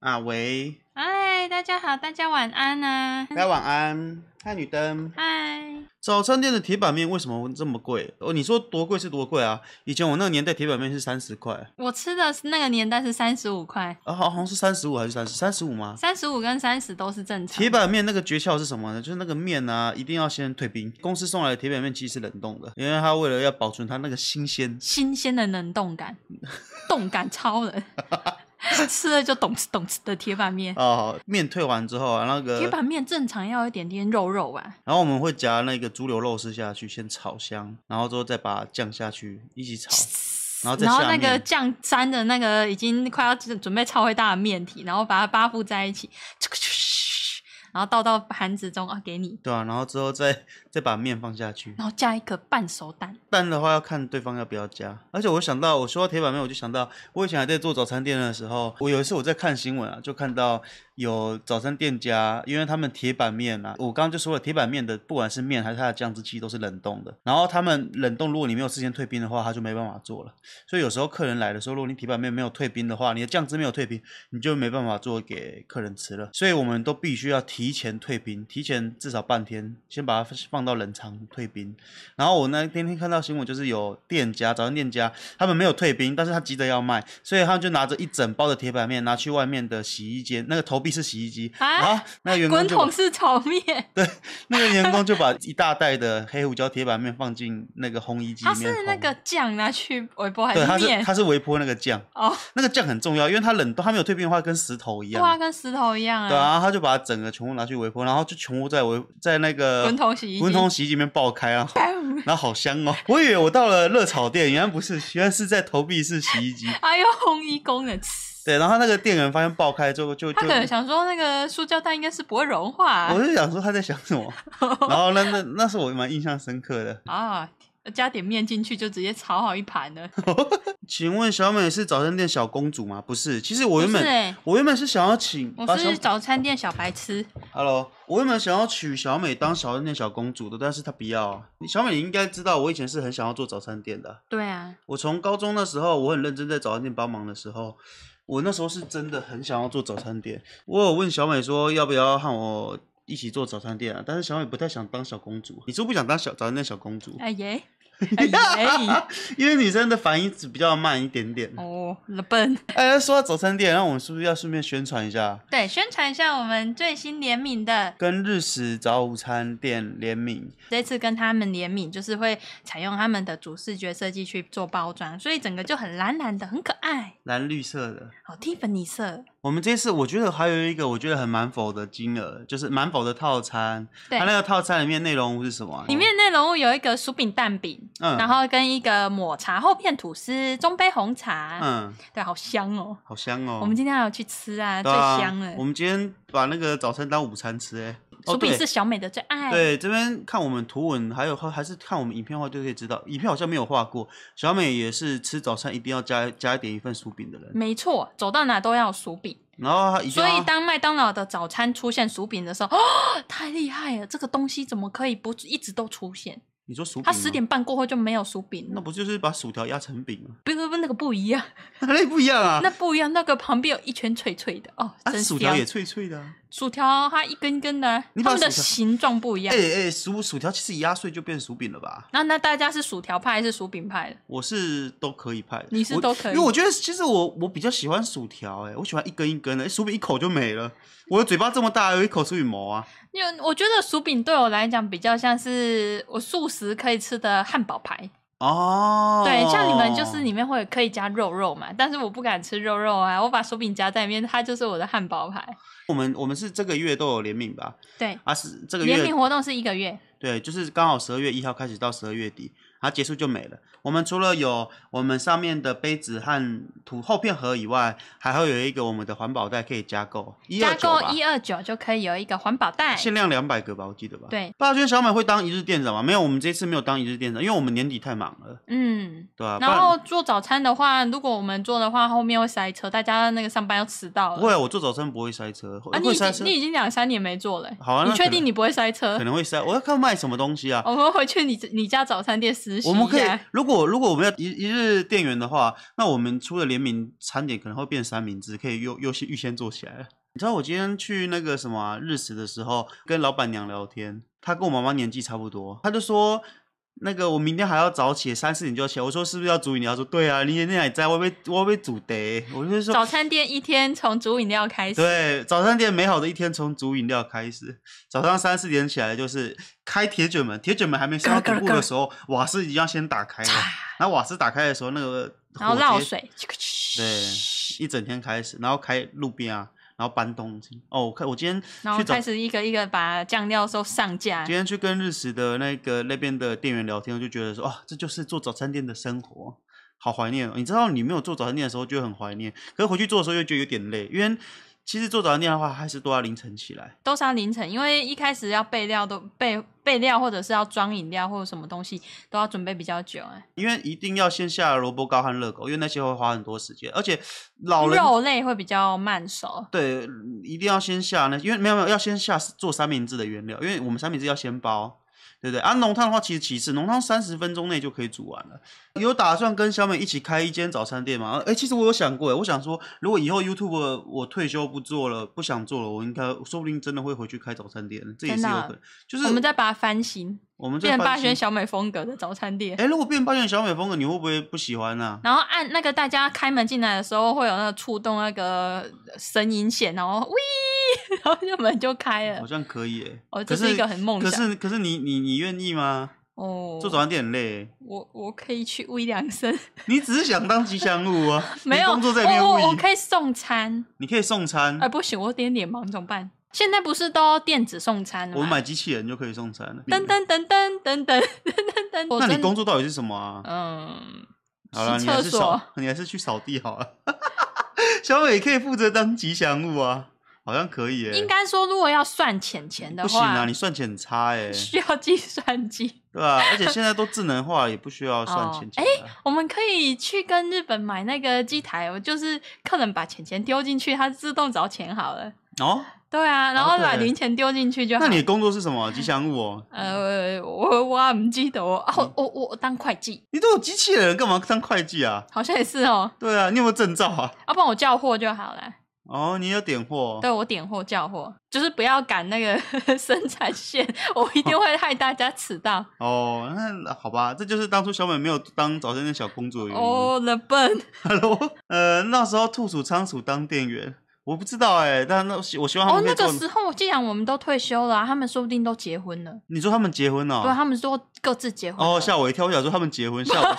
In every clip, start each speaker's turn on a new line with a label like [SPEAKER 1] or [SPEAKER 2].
[SPEAKER 1] 啊，喂，
[SPEAKER 2] 嗨，大家好，大家晚安啊！
[SPEAKER 1] 大家晚安。嗨，女灯，
[SPEAKER 2] 嗨，
[SPEAKER 1] 早餐店的铁板面为什么这么贵？哦，你说多贵是多贵啊？以前我那个年代铁板面是三十块，
[SPEAKER 2] 我吃的是那个年代是三十五块，
[SPEAKER 1] 啊，好好像是三十五还是三十三十五吗？
[SPEAKER 2] 三十五跟三十都是正常。
[SPEAKER 1] 铁板面那个诀窍是什么呢？就是那个面啊，一定要先退冰。公司送来的铁板面其实是冷冻的，因为它为了要保存它那个新鲜。
[SPEAKER 2] 新鲜的冷冻感，冻感超 人，吃了就懂吃懂吃的铁板面。
[SPEAKER 1] 哦，面退完之后啊，那个
[SPEAKER 2] 铁板面正常要有一点点肉肉啊吧，
[SPEAKER 1] 然后我们会夹那个猪柳肉丝下去，先炒香，然后之后再把酱下去一起炒，然后再
[SPEAKER 2] 然后
[SPEAKER 1] 下
[SPEAKER 2] 那
[SPEAKER 1] 面。
[SPEAKER 2] 个酱沾着那个已经快要准备超会大的面体，然后把它扒附在一起，然后倒到盘子中啊，给你，
[SPEAKER 1] 对啊，然后之后再再把面放下去。
[SPEAKER 2] 然后加一个半熟蛋。
[SPEAKER 1] 蛋的话要看对方要不要加。而且我想到，我说到铁板面，我就想到我以前还在做早餐店的时候，我有一次我在看新闻啊，就看到有早餐店家，因为他们铁板面啊，我刚刚就说了，铁板面的不管是面还是它的酱汁机都是冷冻的，然后他们冷冻，如果你没有事先退冰的话，它就没办法做了。所以有时候客人来的时候，如果你铁板面没有退冰的话，你的酱汁没有退冰，你就没办法做给客人吃了。所以我们都必须要提前退冰，提前至少半天，先把它放到冷藏退冰。然后我那天天看到新闻，就是有店家早餐店家，他们没有退冰，但是他急着要卖，所以他们就拿着一整包的铁板面拿去外面的洗衣间，那个投币式洗衣机，
[SPEAKER 2] 啊
[SPEAKER 1] 然后那个员
[SPEAKER 2] 滚
[SPEAKER 1] 工就把
[SPEAKER 2] 筒式炒面，
[SPEAKER 1] 那个员工就把一大袋的黑胡椒铁板面放进那个烘衣机
[SPEAKER 2] 它
[SPEAKER 1] 里面
[SPEAKER 2] 哦啊是那
[SPEAKER 1] 烘
[SPEAKER 2] 个酱拿去微波还
[SPEAKER 1] 对，它是
[SPEAKER 2] 面？
[SPEAKER 1] 它是微波那个酱，
[SPEAKER 2] 哦，
[SPEAKER 1] 那个酱很重要，因为它冷冻，它没有退冰的话跟石头一
[SPEAKER 2] 对啊，
[SPEAKER 1] 样。
[SPEAKER 2] 跟石头一样啊。
[SPEAKER 1] 对啊，然后他就把整个全部拿去微波，然后就全部在微在那个
[SPEAKER 2] 滚筒洗衣机
[SPEAKER 1] 滚筒洗衣机里面爆开啊，然后好香哦！我以为我到了热炒店，原来不是，原来是在投币式洗衣机。
[SPEAKER 2] 还有哎烘衣功能，
[SPEAKER 1] 对，然后那个店员发现爆开之后就
[SPEAKER 2] 他
[SPEAKER 1] 就
[SPEAKER 2] 可能想说那个塑胶袋应该是不会融化啊
[SPEAKER 1] 我就想说他在想什 么，然后那那那是我蛮印象深刻的。
[SPEAKER 2] 啊，加点面进去就直接炒好一盘了。
[SPEAKER 1] 请问小美是早餐店小公主吗？不是，其实我原
[SPEAKER 2] 不
[SPEAKER 1] 本、
[SPEAKER 2] 是欸
[SPEAKER 1] 我原本是想要请把
[SPEAKER 2] 我
[SPEAKER 1] 小
[SPEAKER 2] 是早餐店小白痴，
[SPEAKER 1] Hello，我原本想要娶小美当早餐店小公主的，但是她不要啊。小美，你应该知道，我以前是很想要做早餐店的啊。
[SPEAKER 2] 对啊，
[SPEAKER 1] 我从高中那时候，我很认真在早餐店帮忙的时候，我那时候是真的很想要做早餐店。我有问小美说要不要和我一起做早餐店啊，但是小美不太想当小公主。你是不是不想当小早餐店小公主？
[SPEAKER 2] 哎 耶，哎耶，
[SPEAKER 1] 因为女生的反应只比较慢一点点。
[SPEAKER 2] 哦，老笨。
[SPEAKER 1] 哎，说到早餐店，那我们是不是要顺便宣传一下？
[SPEAKER 2] 对，宣传一下我们最新联名的，
[SPEAKER 1] 跟日食早午餐店联名，
[SPEAKER 2] 这次跟他们联名，就是会采用他们的主视觉设计去做包装，所以整个就很蓝蓝的，很可爱，
[SPEAKER 1] 蓝绿色的。
[SPEAKER 2] 好哦 Tiffany 色。
[SPEAKER 1] 我们这次我觉得还有一个我觉得很满否的金额，就是满否的套餐。
[SPEAKER 2] 对
[SPEAKER 1] 它那个套餐里面内容物是什么啊、
[SPEAKER 2] 里面内容物有一个薯饼蛋饼，
[SPEAKER 1] 嗯
[SPEAKER 2] 然后跟一个抹茶厚片吐司、中杯红茶，
[SPEAKER 1] 嗯，
[SPEAKER 2] 对，好香哦！
[SPEAKER 1] 好香哦。
[SPEAKER 2] 我们今天还有去吃啊，
[SPEAKER 1] 对
[SPEAKER 2] 最
[SPEAKER 1] 啊
[SPEAKER 2] 香了
[SPEAKER 1] 我。们今天把那个早餐当午餐吃、欸，哎，
[SPEAKER 2] 薯饼
[SPEAKER 1] 对
[SPEAKER 2] 是小美的最爱，
[SPEAKER 1] 对，这边看我们图文，还有还是看我们影片的话，就可以知道，影片好像没有画过。小美也是吃早餐一定要加加一点一份薯饼的人，
[SPEAKER 2] 没错，走到哪都要有薯饼。
[SPEAKER 1] 然后她一定
[SPEAKER 2] 嗯所
[SPEAKER 1] 要
[SPEAKER 2] 以当麦当劳的早餐出现薯饼的时候， 哦，太厉害了！这个东西怎么可以不一直都出现？
[SPEAKER 1] 你说薯饼
[SPEAKER 2] 它
[SPEAKER 1] 吗，
[SPEAKER 2] 十点半过后就没有薯饼
[SPEAKER 1] 那
[SPEAKER 2] 了。
[SPEAKER 1] 不就是把薯条压成饼吗？
[SPEAKER 2] 不不不，那个不一样，
[SPEAKER 1] 那不一样啊，
[SPEAKER 2] 那不一样，那个旁边有一圈脆脆的哦，
[SPEAKER 1] 啊
[SPEAKER 2] 真
[SPEAKER 1] 薯
[SPEAKER 2] 香
[SPEAKER 1] 条也脆脆的、啊。
[SPEAKER 2] 薯条它一根根的，
[SPEAKER 1] 你把
[SPEAKER 2] 它们的
[SPEAKER 1] 薯条
[SPEAKER 2] 形状不一样
[SPEAKER 1] 哎、。哎、薯薯条其实压碎就变薯饼了吧？
[SPEAKER 2] 那那大家是薯条派还是薯饼派的？
[SPEAKER 1] 我是都可以派的，
[SPEAKER 2] 你是
[SPEAKER 1] 我
[SPEAKER 2] 都可以
[SPEAKER 1] 因为我觉得其实我我比较喜欢薯条，哎，我喜欢一根一根的，哎薯饼一口就没了。我的嘴巴这么大，有一口出羽毛啊！
[SPEAKER 2] 因为我觉得薯饼对我来讲比较像是我素食可以吃的汉堡排。
[SPEAKER 1] 哦，
[SPEAKER 2] 对，像你们就是里面会有可以加肉肉嘛，但是我不敢吃肉肉啊，我把薯饼夹在里面，它就是我的汉堡排。
[SPEAKER 1] 我们我们是这个月都有联名吧？
[SPEAKER 2] 对，
[SPEAKER 1] 啊，是这个
[SPEAKER 2] 联
[SPEAKER 1] 月
[SPEAKER 2] 名活动是一个月，
[SPEAKER 1] 对，就是刚好十二月一号开始到十二月底，然后结束就没了。我们除了有我们上面的杯子和图后片盒以外，还会有一个我们的环保袋可以加购，一
[SPEAKER 2] 加
[SPEAKER 1] 二九
[SPEAKER 2] 购
[SPEAKER 1] 吧
[SPEAKER 2] 一，二九就可以有一个环保袋。
[SPEAKER 1] 限量两百个吧，我记得吧？
[SPEAKER 2] 对，
[SPEAKER 1] 霸轩小美会当一日店长吗？没有，我们这次没有当一日店长，因为我们年底太忙了，
[SPEAKER 2] 嗯，
[SPEAKER 1] 对吧、不
[SPEAKER 2] 然后做早餐的话，如果我们做的话，后面会塞车，大家那个上班要迟到
[SPEAKER 1] 不
[SPEAKER 2] 了。
[SPEAKER 1] 会啊，我做早餐不会塞车，
[SPEAKER 2] 啊，你
[SPEAKER 1] 会
[SPEAKER 2] 已
[SPEAKER 1] 塞车
[SPEAKER 2] 经你已经两三年没做了欸、
[SPEAKER 1] 好啊那
[SPEAKER 2] 你
[SPEAKER 1] 可
[SPEAKER 2] 确
[SPEAKER 1] 能
[SPEAKER 2] 定你不会塞车
[SPEAKER 1] 可？能会塞。我要看麦卖什么东西啊？
[SPEAKER 2] 我们回去你你家早餐店实习
[SPEAKER 1] 我们
[SPEAKER 2] 一
[SPEAKER 1] 可以
[SPEAKER 2] 下，
[SPEAKER 1] 如果如果我们要一一日店员的话，那我们出的联名餐点可能会变三明治，可以优优先预先做起来了。你知道我今天去那个什么啊、日食的时候，跟老板娘聊天，她跟我妈妈年纪差不多，她就说。那个，我明天还要早起，三四点就要起来。我说是不是要煮饮料？她说对啊，你今天也在，我被我被煮的。我就说
[SPEAKER 2] 早餐店一天从煮饮料 开始，
[SPEAKER 1] 对，早餐店美好的一天从煮饮料开始。早上三四点起来就是开铁卷门，铁卷门还没上到底部的时候，瓦斯已经要先打开了。然后瓦斯打开的时候，那个
[SPEAKER 2] 然后
[SPEAKER 1] 火
[SPEAKER 2] 绕
[SPEAKER 1] 直接
[SPEAKER 2] 水，
[SPEAKER 1] 对，一整天开始，然后开路边啊，然后搬东西。哦，我看我今天
[SPEAKER 2] 然
[SPEAKER 1] 去
[SPEAKER 2] 后
[SPEAKER 1] 找
[SPEAKER 2] 开始一个一个把酱料都上架
[SPEAKER 1] 今。天去跟日食的那个那边的店员聊天，我就觉得说，啊，这就是做早餐店的生活，好怀念哦。你知道你没有做早餐店的时候就会很怀念，可是回去做的时候又觉得有点累，因为其实做早餐店的话还是都要凌晨起来。
[SPEAKER 2] 都是要凌晨，因为一开始要备料都备备料，或者是要装饮料或者什么东西，都要准备比较久、哎，
[SPEAKER 1] 因为一定要先下萝卜糕和热狗，因为那些会花很多时间，而且老人
[SPEAKER 2] 肉类会比较慢熟。
[SPEAKER 1] 对一定要先下那，因为没有没有要先下做三明治的原料，因为我们三明治要先包，对不对？啊，浓汤的话其实其次，浓汤三十分钟内就可以煮完了。有打算跟小美一起开一间早餐店吗？哎，其实我有想过，我想说，如果以后 YouTube 我退休不做了，不想做了，我应该说不定真的会回去开早餐店，这也是有
[SPEAKER 2] 真的啊
[SPEAKER 1] 可能。就是
[SPEAKER 2] 我们再把它翻新，
[SPEAKER 1] 我们
[SPEAKER 2] 变成霸
[SPEAKER 1] 八
[SPEAKER 2] 轩小美风格的早餐店。
[SPEAKER 1] 哎，如果变八选小美风格，你会不会不喜欢啊呢、
[SPEAKER 2] 然后按那个大家开门进来的时候，会有那个触动那个声音线，然后喂， 然后就门就开
[SPEAKER 1] 好
[SPEAKER 2] 了。
[SPEAKER 1] 像可以耶、
[SPEAKER 2] 哦，
[SPEAKER 1] 可
[SPEAKER 2] 这是一个很梦
[SPEAKER 1] 可
[SPEAKER 2] 想
[SPEAKER 1] 是可是你你你愿意吗？
[SPEAKER 2] 哦。
[SPEAKER 1] 做早餐店很累耶，
[SPEAKER 2] 我我可以去喂两声，
[SPEAKER 1] 你只是想当吉祥物
[SPEAKER 2] ，
[SPEAKER 1] 啊
[SPEAKER 2] 没有，
[SPEAKER 1] 你工作在边
[SPEAKER 2] 我我我
[SPEAKER 1] 喂，嗯
[SPEAKER 2] 可以送餐，
[SPEAKER 1] 你可以送餐
[SPEAKER 2] 哎、，不行，我有点脸盲，怎么办？现在不是都电子送餐了吗？
[SPEAKER 1] 我买机器人就可以送餐了。
[SPEAKER 2] 噔噔噔噔噔噔噔噔噔，我
[SPEAKER 1] 那你
[SPEAKER 2] 真
[SPEAKER 1] 工作到底是什么啊？
[SPEAKER 2] 嗯，
[SPEAKER 1] 好了，
[SPEAKER 2] 洗
[SPEAKER 1] 你
[SPEAKER 2] 厕
[SPEAKER 1] 还是
[SPEAKER 2] 所
[SPEAKER 1] 扫，你还是去扫地好了。 小美可以负责当吉祥物啊，好像可以耶。
[SPEAKER 2] 应该说如果要算钱钱的
[SPEAKER 1] 不行啊，
[SPEAKER 2] 话，
[SPEAKER 1] 你算钱很差哎，
[SPEAKER 2] 需要计算机。
[SPEAKER 1] 对吧、而且现在都智能化了，也不需要算
[SPEAKER 2] 哦
[SPEAKER 1] 钱钱了。
[SPEAKER 2] 我们可以去跟日本买那个机台，我就是客人把钱钱丢进去，它自动找钱好了。
[SPEAKER 1] 哦，
[SPEAKER 2] 对啊，然后把
[SPEAKER 1] 对
[SPEAKER 2] 零钱丢进去就好。
[SPEAKER 1] 那你的工作是什么？吉祥物哦。
[SPEAKER 2] 呃，我我唔记得哦，啊，
[SPEAKER 1] 嗯
[SPEAKER 2] 我我我当会计，
[SPEAKER 1] 你都有机器人，干嘛当会计啊？
[SPEAKER 2] 好像也是哦，
[SPEAKER 1] 对啊，你有没有证照啊？
[SPEAKER 2] 要、不然我叫货就好了。
[SPEAKER 1] 哦，你有点货。
[SPEAKER 2] 对我点货叫货，就是不要赶那个 生产线，我一定会害大家迟到。
[SPEAKER 1] 哦，那好吧，这就是当初小美没有当早餐店小公主的原因。
[SPEAKER 2] 哦，那笨，
[SPEAKER 1] Hello，呃，那时候兔鼠仓鼠当店员，我不知道哎、但那我希我希望他
[SPEAKER 2] 哦
[SPEAKER 1] 们，可
[SPEAKER 2] 那
[SPEAKER 1] 以做。
[SPEAKER 2] 个时候既然我们都退休了啊、他们说不定都结婚了。
[SPEAKER 1] 你说他们结婚了、
[SPEAKER 2] 对，他啊们说各自结婚了，
[SPEAKER 1] 哦哦，吓我一跳，我想说他们结婚， 吓我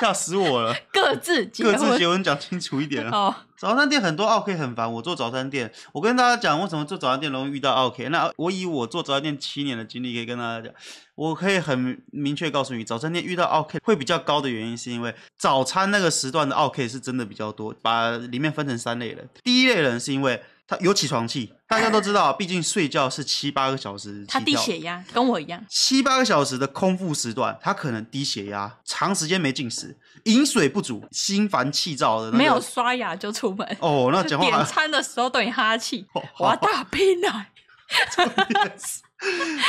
[SPEAKER 1] 吓死我了。
[SPEAKER 2] 各自结
[SPEAKER 1] 各
[SPEAKER 2] 婚，
[SPEAKER 1] 自结婚讲清楚一点啊。
[SPEAKER 2] 哦，
[SPEAKER 1] 早餐店很多 OK 很烦，我做早餐店，我跟大家讲为什么做早餐店容易遇到 OK。那我以我做早餐店七年的经历可以跟大家讲，我可以很明确告诉你，早餐店遇到 OK 会比较高的原因，是因为早餐那个时段的 OK 是真的比较多，把里面分成三类人。第一类人是因为他有起床气，大家都知道，毕竟睡觉是七八个小时起跳，
[SPEAKER 2] 他低血压，跟我一样，
[SPEAKER 1] 七八个小时的空腹时段，他可能低血压，长时间没进食，饮水不足，心烦气躁的、那个
[SPEAKER 2] 没有刷牙就出门，
[SPEAKER 1] 哦，那
[SPEAKER 2] 就
[SPEAKER 1] 讲话
[SPEAKER 2] 点餐的时候对你哈气，
[SPEAKER 1] 哦
[SPEAKER 2] 我
[SPEAKER 1] 好
[SPEAKER 2] 要大便了。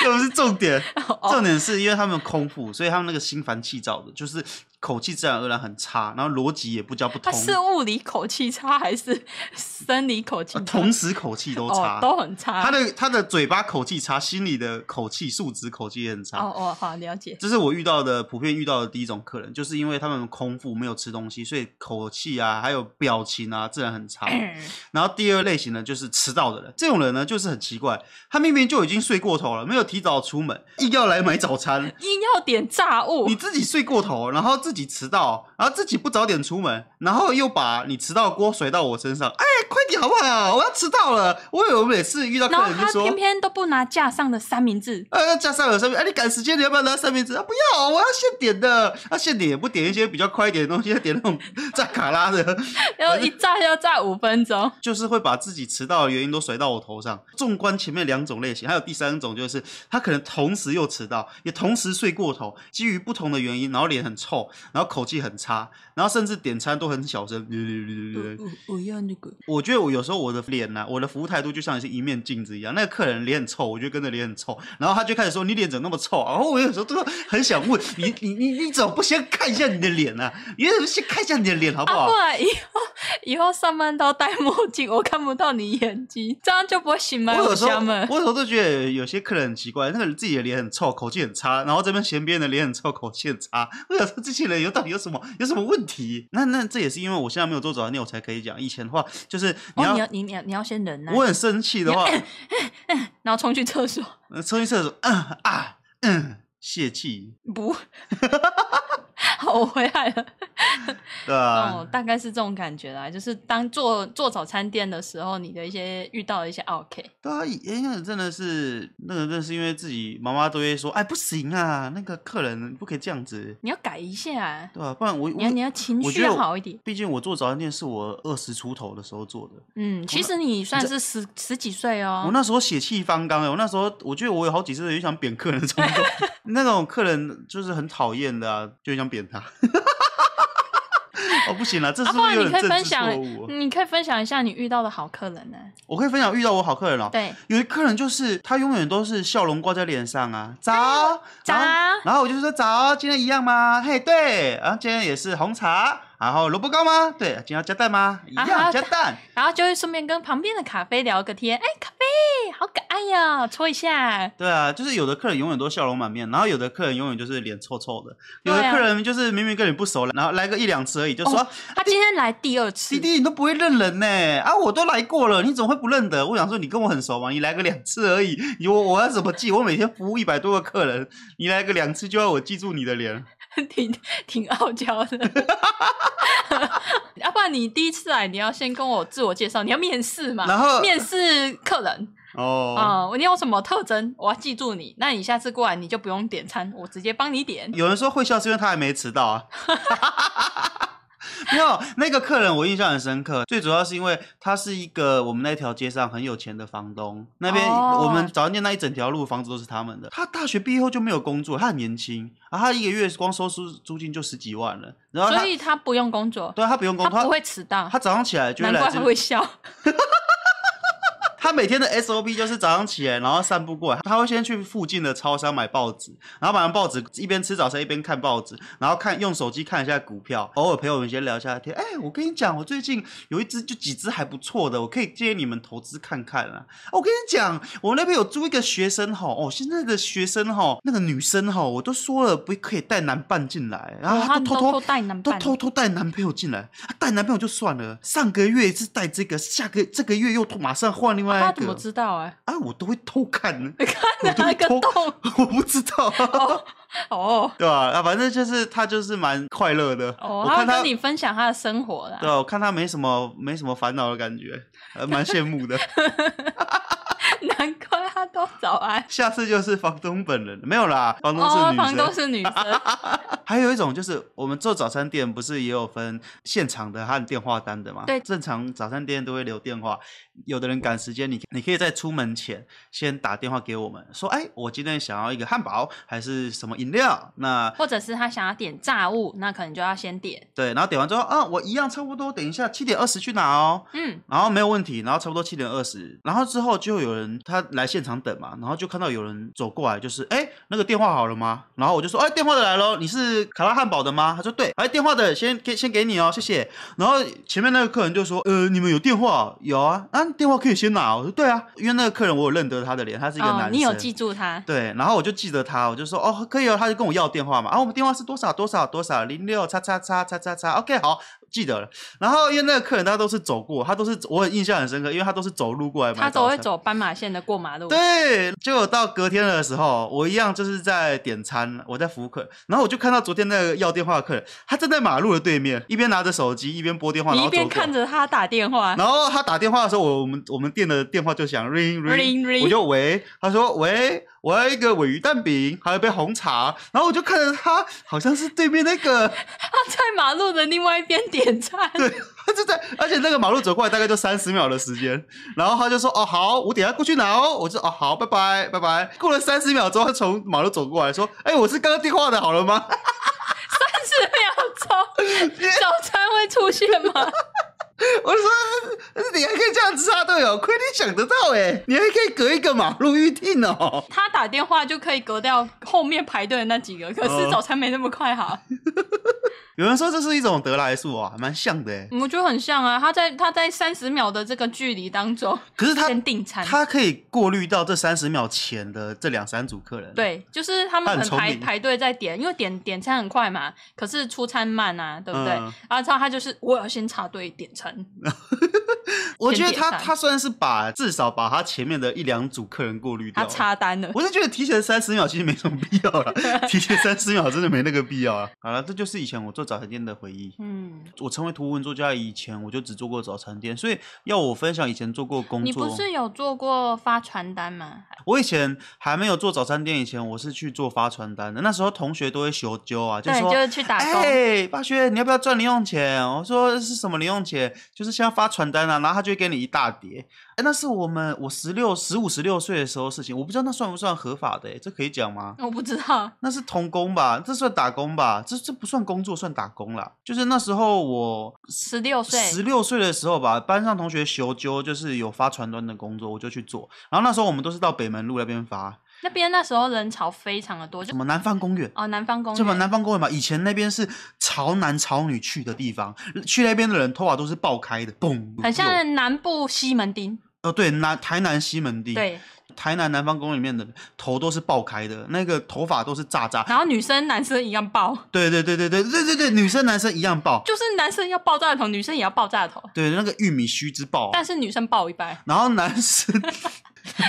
[SPEAKER 1] 这不是重点，
[SPEAKER 2] 哦，
[SPEAKER 1] 重点是因为他们空腹，所以他们那个心烦气躁的，就是口气自然而然很差，然后逻辑也不叫不
[SPEAKER 2] 他
[SPEAKER 1] 通，
[SPEAKER 2] 是物理口气差还是生理口气
[SPEAKER 1] 呃
[SPEAKER 2] 差？
[SPEAKER 1] 同时口气都
[SPEAKER 2] 哦
[SPEAKER 1] 差，，
[SPEAKER 2] 都很差。
[SPEAKER 1] 他的他的嘴巴口气差，心里的口气素质口气也很差。
[SPEAKER 2] 哦哦，好了解。
[SPEAKER 1] 这是我遇到的普遍遇到的第一种客人，就是因为他们空腹没有吃东西，所以口气啊，还有表情啊，自然很差。
[SPEAKER 2] 嗯
[SPEAKER 1] 然后第二类型呢，就是迟到的人。这种人呢，就是很奇怪，他明明就已经睡过头了，没有提早出门，硬要来买早餐，
[SPEAKER 2] 硬要点炸物
[SPEAKER 1] 你，自己睡过头，然后自己迟到，然后自己不早点出门，然后又把你迟到的锅甩到我身上。哎，快点好不好？我要迟到了。我有每次遇到
[SPEAKER 2] 然
[SPEAKER 1] 客
[SPEAKER 2] 后
[SPEAKER 1] 人就
[SPEAKER 2] 他
[SPEAKER 1] 说
[SPEAKER 2] 偏，偏都不拿架上的三 明治，
[SPEAKER 1] 呃，加上有三明，哎、你赶时间，你要不要拿三明治？啊，不要，我要现点的。啊，现点也不点一些比较快一点的东西，要点那种炸卡拉的，
[SPEAKER 2] 然后一炸就要炸五分钟。
[SPEAKER 1] 就是会把自己迟到的原因都甩到我头上。纵观前面两种类型，还有第三种就是他可能同时又迟到，也同时睡过头，基于不同的原因，然后脸很臭，然后口气很差，然后甚至点餐都很小声。呃
[SPEAKER 2] 我我要那个，
[SPEAKER 1] 我觉得我有时候我的脸呐、我的服务态度就像是一面镜子一样。那个客人脸很臭，我就跟着脸很臭，然后他就开始说你脸怎么那么臭啊？然后我有时候都很想问你，你你你怎么不先看一下你的脸呢、啊？你怎么先看一下你的脸好不
[SPEAKER 2] 啊，
[SPEAKER 1] 好
[SPEAKER 2] 不？然以后以后上班都戴墨镜，我看不到你眼睛，这样就不会醒来
[SPEAKER 1] 我有时候，
[SPEAKER 2] 家门。
[SPEAKER 1] 我有时候都觉得有些客人很奇怪，那个人自己的脸很臭，口气很差，然后这边嫌别人的脸很臭，口气很差。我想说这些人有到底有什么有什么问题？那那这也是因为我现在没有做早餐店，我才可以讲。以前的话就是你
[SPEAKER 2] 哦，
[SPEAKER 1] 要，
[SPEAKER 2] 你要你你要你要先忍耐，
[SPEAKER 1] 我很生气的话，
[SPEAKER 2] 然后冲去 厕所，
[SPEAKER 1] 呃冲进厕所，嗯啊嗯，泄气，
[SPEAKER 2] 不，好，我回来了。
[SPEAKER 1] 对啊吧、
[SPEAKER 2] 哦，大概是这种感觉啦，就是当做做早餐店的时候，你的一些遇到的一些 OK，
[SPEAKER 1] 对啊，哎，那个真的是，那个真的是因为自己妈妈都会说，哎，不行啊，那个客人不可以这样子，
[SPEAKER 2] 你要改一下啊，
[SPEAKER 1] 对吧、不然我
[SPEAKER 2] 你要你
[SPEAKER 1] 我，
[SPEAKER 2] 要情
[SPEAKER 1] 我
[SPEAKER 2] 绪
[SPEAKER 1] 觉得
[SPEAKER 2] 要
[SPEAKER 1] 我
[SPEAKER 2] 好一点。
[SPEAKER 1] 毕竟我做早餐店是我二十出头的时候做的，
[SPEAKER 2] 嗯，其
[SPEAKER 1] 那
[SPEAKER 2] 实你算是十十几岁
[SPEAKER 1] 我
[SPEAKER 2] 哦，
[SPEAKER 1] 那时候血气方刚哎、我那时候我觉得我有好几次有想扁客人的冲 动，那种客人就是很讨厌的、啊，就想扁他。 哦，不行了，这是
[SPEAKER 2] 啊
[SPEAKER 1] 不
[SPEAKER 2] 不
[SPEAKER 1] 是
[SPEAKER 2] 然
[SPEAKER 1] 有
[SPEAKER 2] 你
[SPEAKER 1] 点
[SPEAKER 2] 可以
[SPEAKER 1] 政
[SPEAKER 2] 分
[SPEAKER 1] 治错
[SPEAKER 2] 享嗯
[SPEAKER 1] 误啊？
[SPEAKER 2] 你可以分享一下你遇到的好客人呢、
[SPEAKER 1] 我可以分享遇到我好客人哦。
[SPEAKER 2] 对，
[SPEAKER 1] 有一客人就是他永远都是笑容挂在脸上 啊，早
[SPEAKER 2] 早
[SPEAKER 1] 然后然后我就说早，今天一样吗？嘿，对，然后今天也是红茶，然后萝卜糕吗？对，今天要加蛋吗？一
[SPEAKER 2] 啊好
[SPEAKER 1] 样加蛋。
[SPEAKER 2] 然后就会顺便跟旁边的咖啡聊个天，哎，咖啡好可爱呀、搓一下，
[SPEAKER 1] 对啊，就是有的客人永远都笑容满面，然后有的客人永远就是脸臭臭的，有
[SPEAKER 2] 对啊
[SPEAKER 1] 的客人就是明明跟你不熟了，然后来个一两次而已，就说、
[SPEAKER 2] 哦他今天来第二次
[SPEAKER 1] 弟，弟你都不会认人呢，啊我都来过了，你怎么会不认得？我想说你跟我很熟嘛，你来个两次而已，你我我要怎么记？我每天服务一百多个客人，你来个两次就要我记住你的脸，
[SPEAKER 2] 挺挺傲娇的。 要、不然你第一次来，你要先跟我自我介绍，你要面试嘛？
[SPEAKER 1] 然后
[SPEAKER 2] 面试客人
[SPEAKER 1] 哦。
[SPEAKER 2] 啊、你有什么特征？我要记住你。那你下次过来，你就不用点餐，我直接帮你点。
[SPEAKER 1] 有人说会笑是因为他还没迟到啊。 没有，那个客人我印象很深刻，最主要是因为他是一个我们那条街上很有钱的房东，那边
[SPEAKER 2] 哦
[SPEAKER 1] 我们早餐店那一整条路房子都是他们的。他大学毕业后就没有工作，他很年轻，啊，他一个月光收租租金就十几万了，然后他
[SPEAKER 2] 所以他不用工作，
[SPEAKER 1] 对啊他不用工
[SPEAKER 2] 他
[SPEAKER 1] 作，
[SPEAKER 2] 不
[SPEAKER 1] 他
[SPEAKER 2] 会迟到，
[SPEAKER 1] 他早上起来就会啊来
[SPEAKER 2] 难怪
[SPEAKER 1] 这
[SPEAKER 2] 他
[SPEAKER 1] 边，
[SPEAKER 2] 会笑。
[SPEAKER 1] 他每天的 SOP 就是早上起来然后散步过来，他会先去附近的超商买报纸，然后买完报纸一边吃早餐一边看报纸，然后看用手机看一下股票，偶尔陪我们先聊一下天。哎、我跟你讲，我最近有一只就几只还不错的，我可以建议你们投资看看啊。我跟你讲，我那边有租一个学生吼，哦，现在的学生吼，那个女生吼，我都说了不可以带男伴进来，然后
[SPEAKER 2] 哦
[SPEAKER 1] 她
[SPEAKER 2] 们
[SPEAKER 1] 都偷
[SPEAKER 2] 都偷
[SPEAKER 1] 偷
[SPEAKER 2] 带男
[SPEAKER 1] 都
[SPEAKER 2] 伴，
[SPEAKER 1] 偷偷带男朋友进来，啊带男朋友就算了，上个月是带这个，下个这个月又马上换另外
[SPEAKER 2] 他
[SPEAKER 1] 一
[SPEAKER 2] 怎么
[SPEAKER 1] 个，
[SPEAKER 2] 知道啊？
[SPEAKER 1] 啊，我都会偷 看呢，我都
[SPEAKER 2] 哪
[SPEAKER 1] 会
[SPEAKER 2] 个
[SPEAKER 1] 偷，
[SPEAKER 2] 洞？
[SPEAKER 1] 我不知道，
[SPEAKER 2] 哦哦
[SPEAKER 1] 对吧、啊？反正就是他就是蛮快乐的，
[SPEAKER 2] 哦，
[SPEAKER 1] 我
[SPEAKER 2] 他会
[SPEAKER 1] 看
[SPEAKER 2] 跟你分享他的生活啦
[SPEAKER 1] 对。啊、我看他没什么没什么烦恼的感觉，呃，蛮羡慕的。
[SPEAKER 2] 难怪他都早安。
[SPEAKER 1] 下次就是房东本人，没有啦，房东是
[SPEAKER 2] 哦，
[SPEAKER 1] 女
[SPEAKER 2] 房
[SPEAKER 1] 生。
[SPEAKER 2] 东是女生，
[SPEAKER 1] 还有一种就是我们做早餐店不是也有分现场的和电话单的吗？
[SPEAKER 2] 对
[SPEAKER 1] 正常早餐店都会留电话，有的人赶时间，你你可以在出门前先打电话给我们，说，哎，我今天想要一个汉堡还是什么饮料？那
[SPEAKER 2] 或者是他想要点炸物，那可能就要先点。
[SPEAKER 1] 对，然后点完之后，啊，我一样差不多，等一下七点二十去拿哦。
[SPEAKER 2] 嗯，
[SPEAKER 1] 然后没有问题，然后差不多七点二十，然后之后就有人他来现场等嘛，然后就看到有人走过来，就是哎那个电话好了吗？然后我就说哎电话的来喽，你是卡拉汉堡的吗？他说对，哎电话的先给先给你哦，谢谢。然后前面那个客人就说呃你们有电话？有啊，啊电话可以先拿哦。我说对啊，因为那个客人我有认得他的脸，他是一个男
[SPEAKER 2] 哦，
[SPEAKER 1] 生，
[SPEAKER 2] 你有记住他？
[SPEAKER 1] 对，然后我就记得他，我就说哦，可以哦，他就跟我要电话嘛，啊，我们电话是多少多少多少零六叉叉叉叉叉叉，OK，好，记得了。然后因为那个客人他都是走过，他都是我很印象很深刻，因为他都是走路过来买
[SPEAKER 2] 他
[SPEAKER 1] 早
[SPEAKER 2] 都会
[SPEAKER 1] 餐。
[SPEAKER 2] 走斑马线的过马路。
[SPEAKER 1] 对，啊结果到隔天的时候，我一样就是在点餐，我在服务客人，然后我就看到昨天那个要电话的客人，他站在马路的对面，一边拿着手机一边拨电话，然
[SPEAKER 2] 你
[SPEAKER 1] 后
[SPEAKER 2] 一边
[SPEAKER 1] 走过来
[SPEAKER 2] 看着他打电 话，
[SPEAKER 1] 然后他打电话的时候，我我们我们店的电话就响 ring
[SPEAKER 2] Ring, ring
[SPEAKER 1] 我就喂，他说喂，我要一个尾鱼蛋饼，还有一杯红茶。然后我就看着他，好像是对面那个，
[SPEAKER 2] 他在马路的另外一边点 餐。
[SPEAKER 1] 对，他就在，而且那个马路走过来大概就三十秒的时间。然后他就说哦好，我等一下过去拿哦。我就哦好，拜拜拜拜。过了三十秒之后，他从马路走过来说，哎，我是刚刚电话的，好了吗？
[SPEAKER 2] 三十秒早餐会出现吗？
[SPEAKER 1] 我说你还可以这样子啊，队友，亏你想得到哎、你还可以隔一个马路预定哦。
[SPEAKER 2] 他打电话就可以隔掉后面排队的那几个，可
[SPEAKER 1] 哦
[SPEAKER 2] 是早餐没那么快哈。
[SPEAKER 1] 有人说这是一种得来速啊，蛮像的哎、
[SPEAKER 2] 我觉得很像啊，他在他在三十秒的这个距离当中
[SPEAKER 1] 可是他
[SPEAKER 2] 先订餐。
[SPEAKER 1] 他可以过滤到这三十秒前的这两三组客人，，
[SPEAKER 2] 对，就是他们
[SPEAKER 1] 他很
[SPEAKER 2] 可能
[SPEAKER 1] 聪
[SPEAKER 2] 排
[SPEAKER 1] 明
[SPEAKER 2] 排队在点，因为点点餐很快嘛，可是出餐慢啊，对不对？
[SPEAKER 1] 嗯
[SPEAKER 2] 然后他他就是我要先插队点餐，
[SPEAKER 1] 我觉得
[SPEAKER 2] 先
[SPEAKER 1] 他
[SPEAKER 2] 点餐
[SPEAKER 1] 他算是把至少把他前面的一两组客人过滤掉
[SPEAKER 2] 他
[SPEAKER 1] 了。
[SPEAKER 2] 插单了。
[SPEAKER 1] 我是觉得提前三十秒其实没什么必要 了，提前三十秒真的没那个必要啊。好了，这就是以前我做早餐店的回忆。
[SPEAKER 2] 嗯，
[SPEAKER 1] 我成为图文作家以前，我就只做过早餐店，所以要我分享以前做过工
[SPEAKER 2] 你
[SPEAKER 1] 作
[SPEAKER 2] 不。是有做过发传单吗？
[SPEAKER 1] 我以前还没有做早餐店以前，我是去做发传单的。那时候同学都会求揪啊，就
[SPEAKER 2] 对，
[SPEAKER 1] 说
[SPEAKER 2] 就是去打工。
[SPEAKER 1] 哎，霸轩，你要不要赚零用钱？我说是什么零用钱？就是现在发传单啊，然后他就会给你一大叠。哎，那是我们我十六、十五、十六岁的时候的事情，我不知道那算不算合法的、哎，这可以讲吗？
[SPEAKER 2] 我不知道，
[SPEAKER 1] 那是童工吧？这算打工吧？这这不算工作，算打工啦。就是那时候我
[SPEAKER 2] 十六岁，
[SPEAKER 1] 十六岁的时候吧，班上同学修纠就是有发传单的工作，我就去做。然后那时候我们都是到北门路那边发，
[SPEAKER 2] 那边那时候人潮非常的多，就
[SPEAKER 1] 什么南方公园。
[SPEAKER 2] 哦南方公
[SPEAKER 1] 这么
[SPEAKER 2] 园，
[SPEAKER 1] 南方公园嘛，以前那边是潮男潮女去的地方，去那边的人头发都是爆开的，嘣，
[SPEAKER 2] 很像南部西门町。
[SPEAKER 1] 哦，对，南台南西门町，，
[SPEAKER 2] 对，
[SPEAKER 1] 台南南方公园里面的头都是爆开的，那个头发都是炸炸，
[SPEAKER 2] 然后女生男生一样爆，
[SPEAKER 1] 对对对对对对对对，女生男生一样爆，
[SPEAKER 2] 就是男生要爆炸头，女生也要爆炸头，
[SPEAKER 1] 对，那个玉米须之爆、
[SPEAKER 2] 但是女生爆一半。
[SPEAKER 1] 然后男生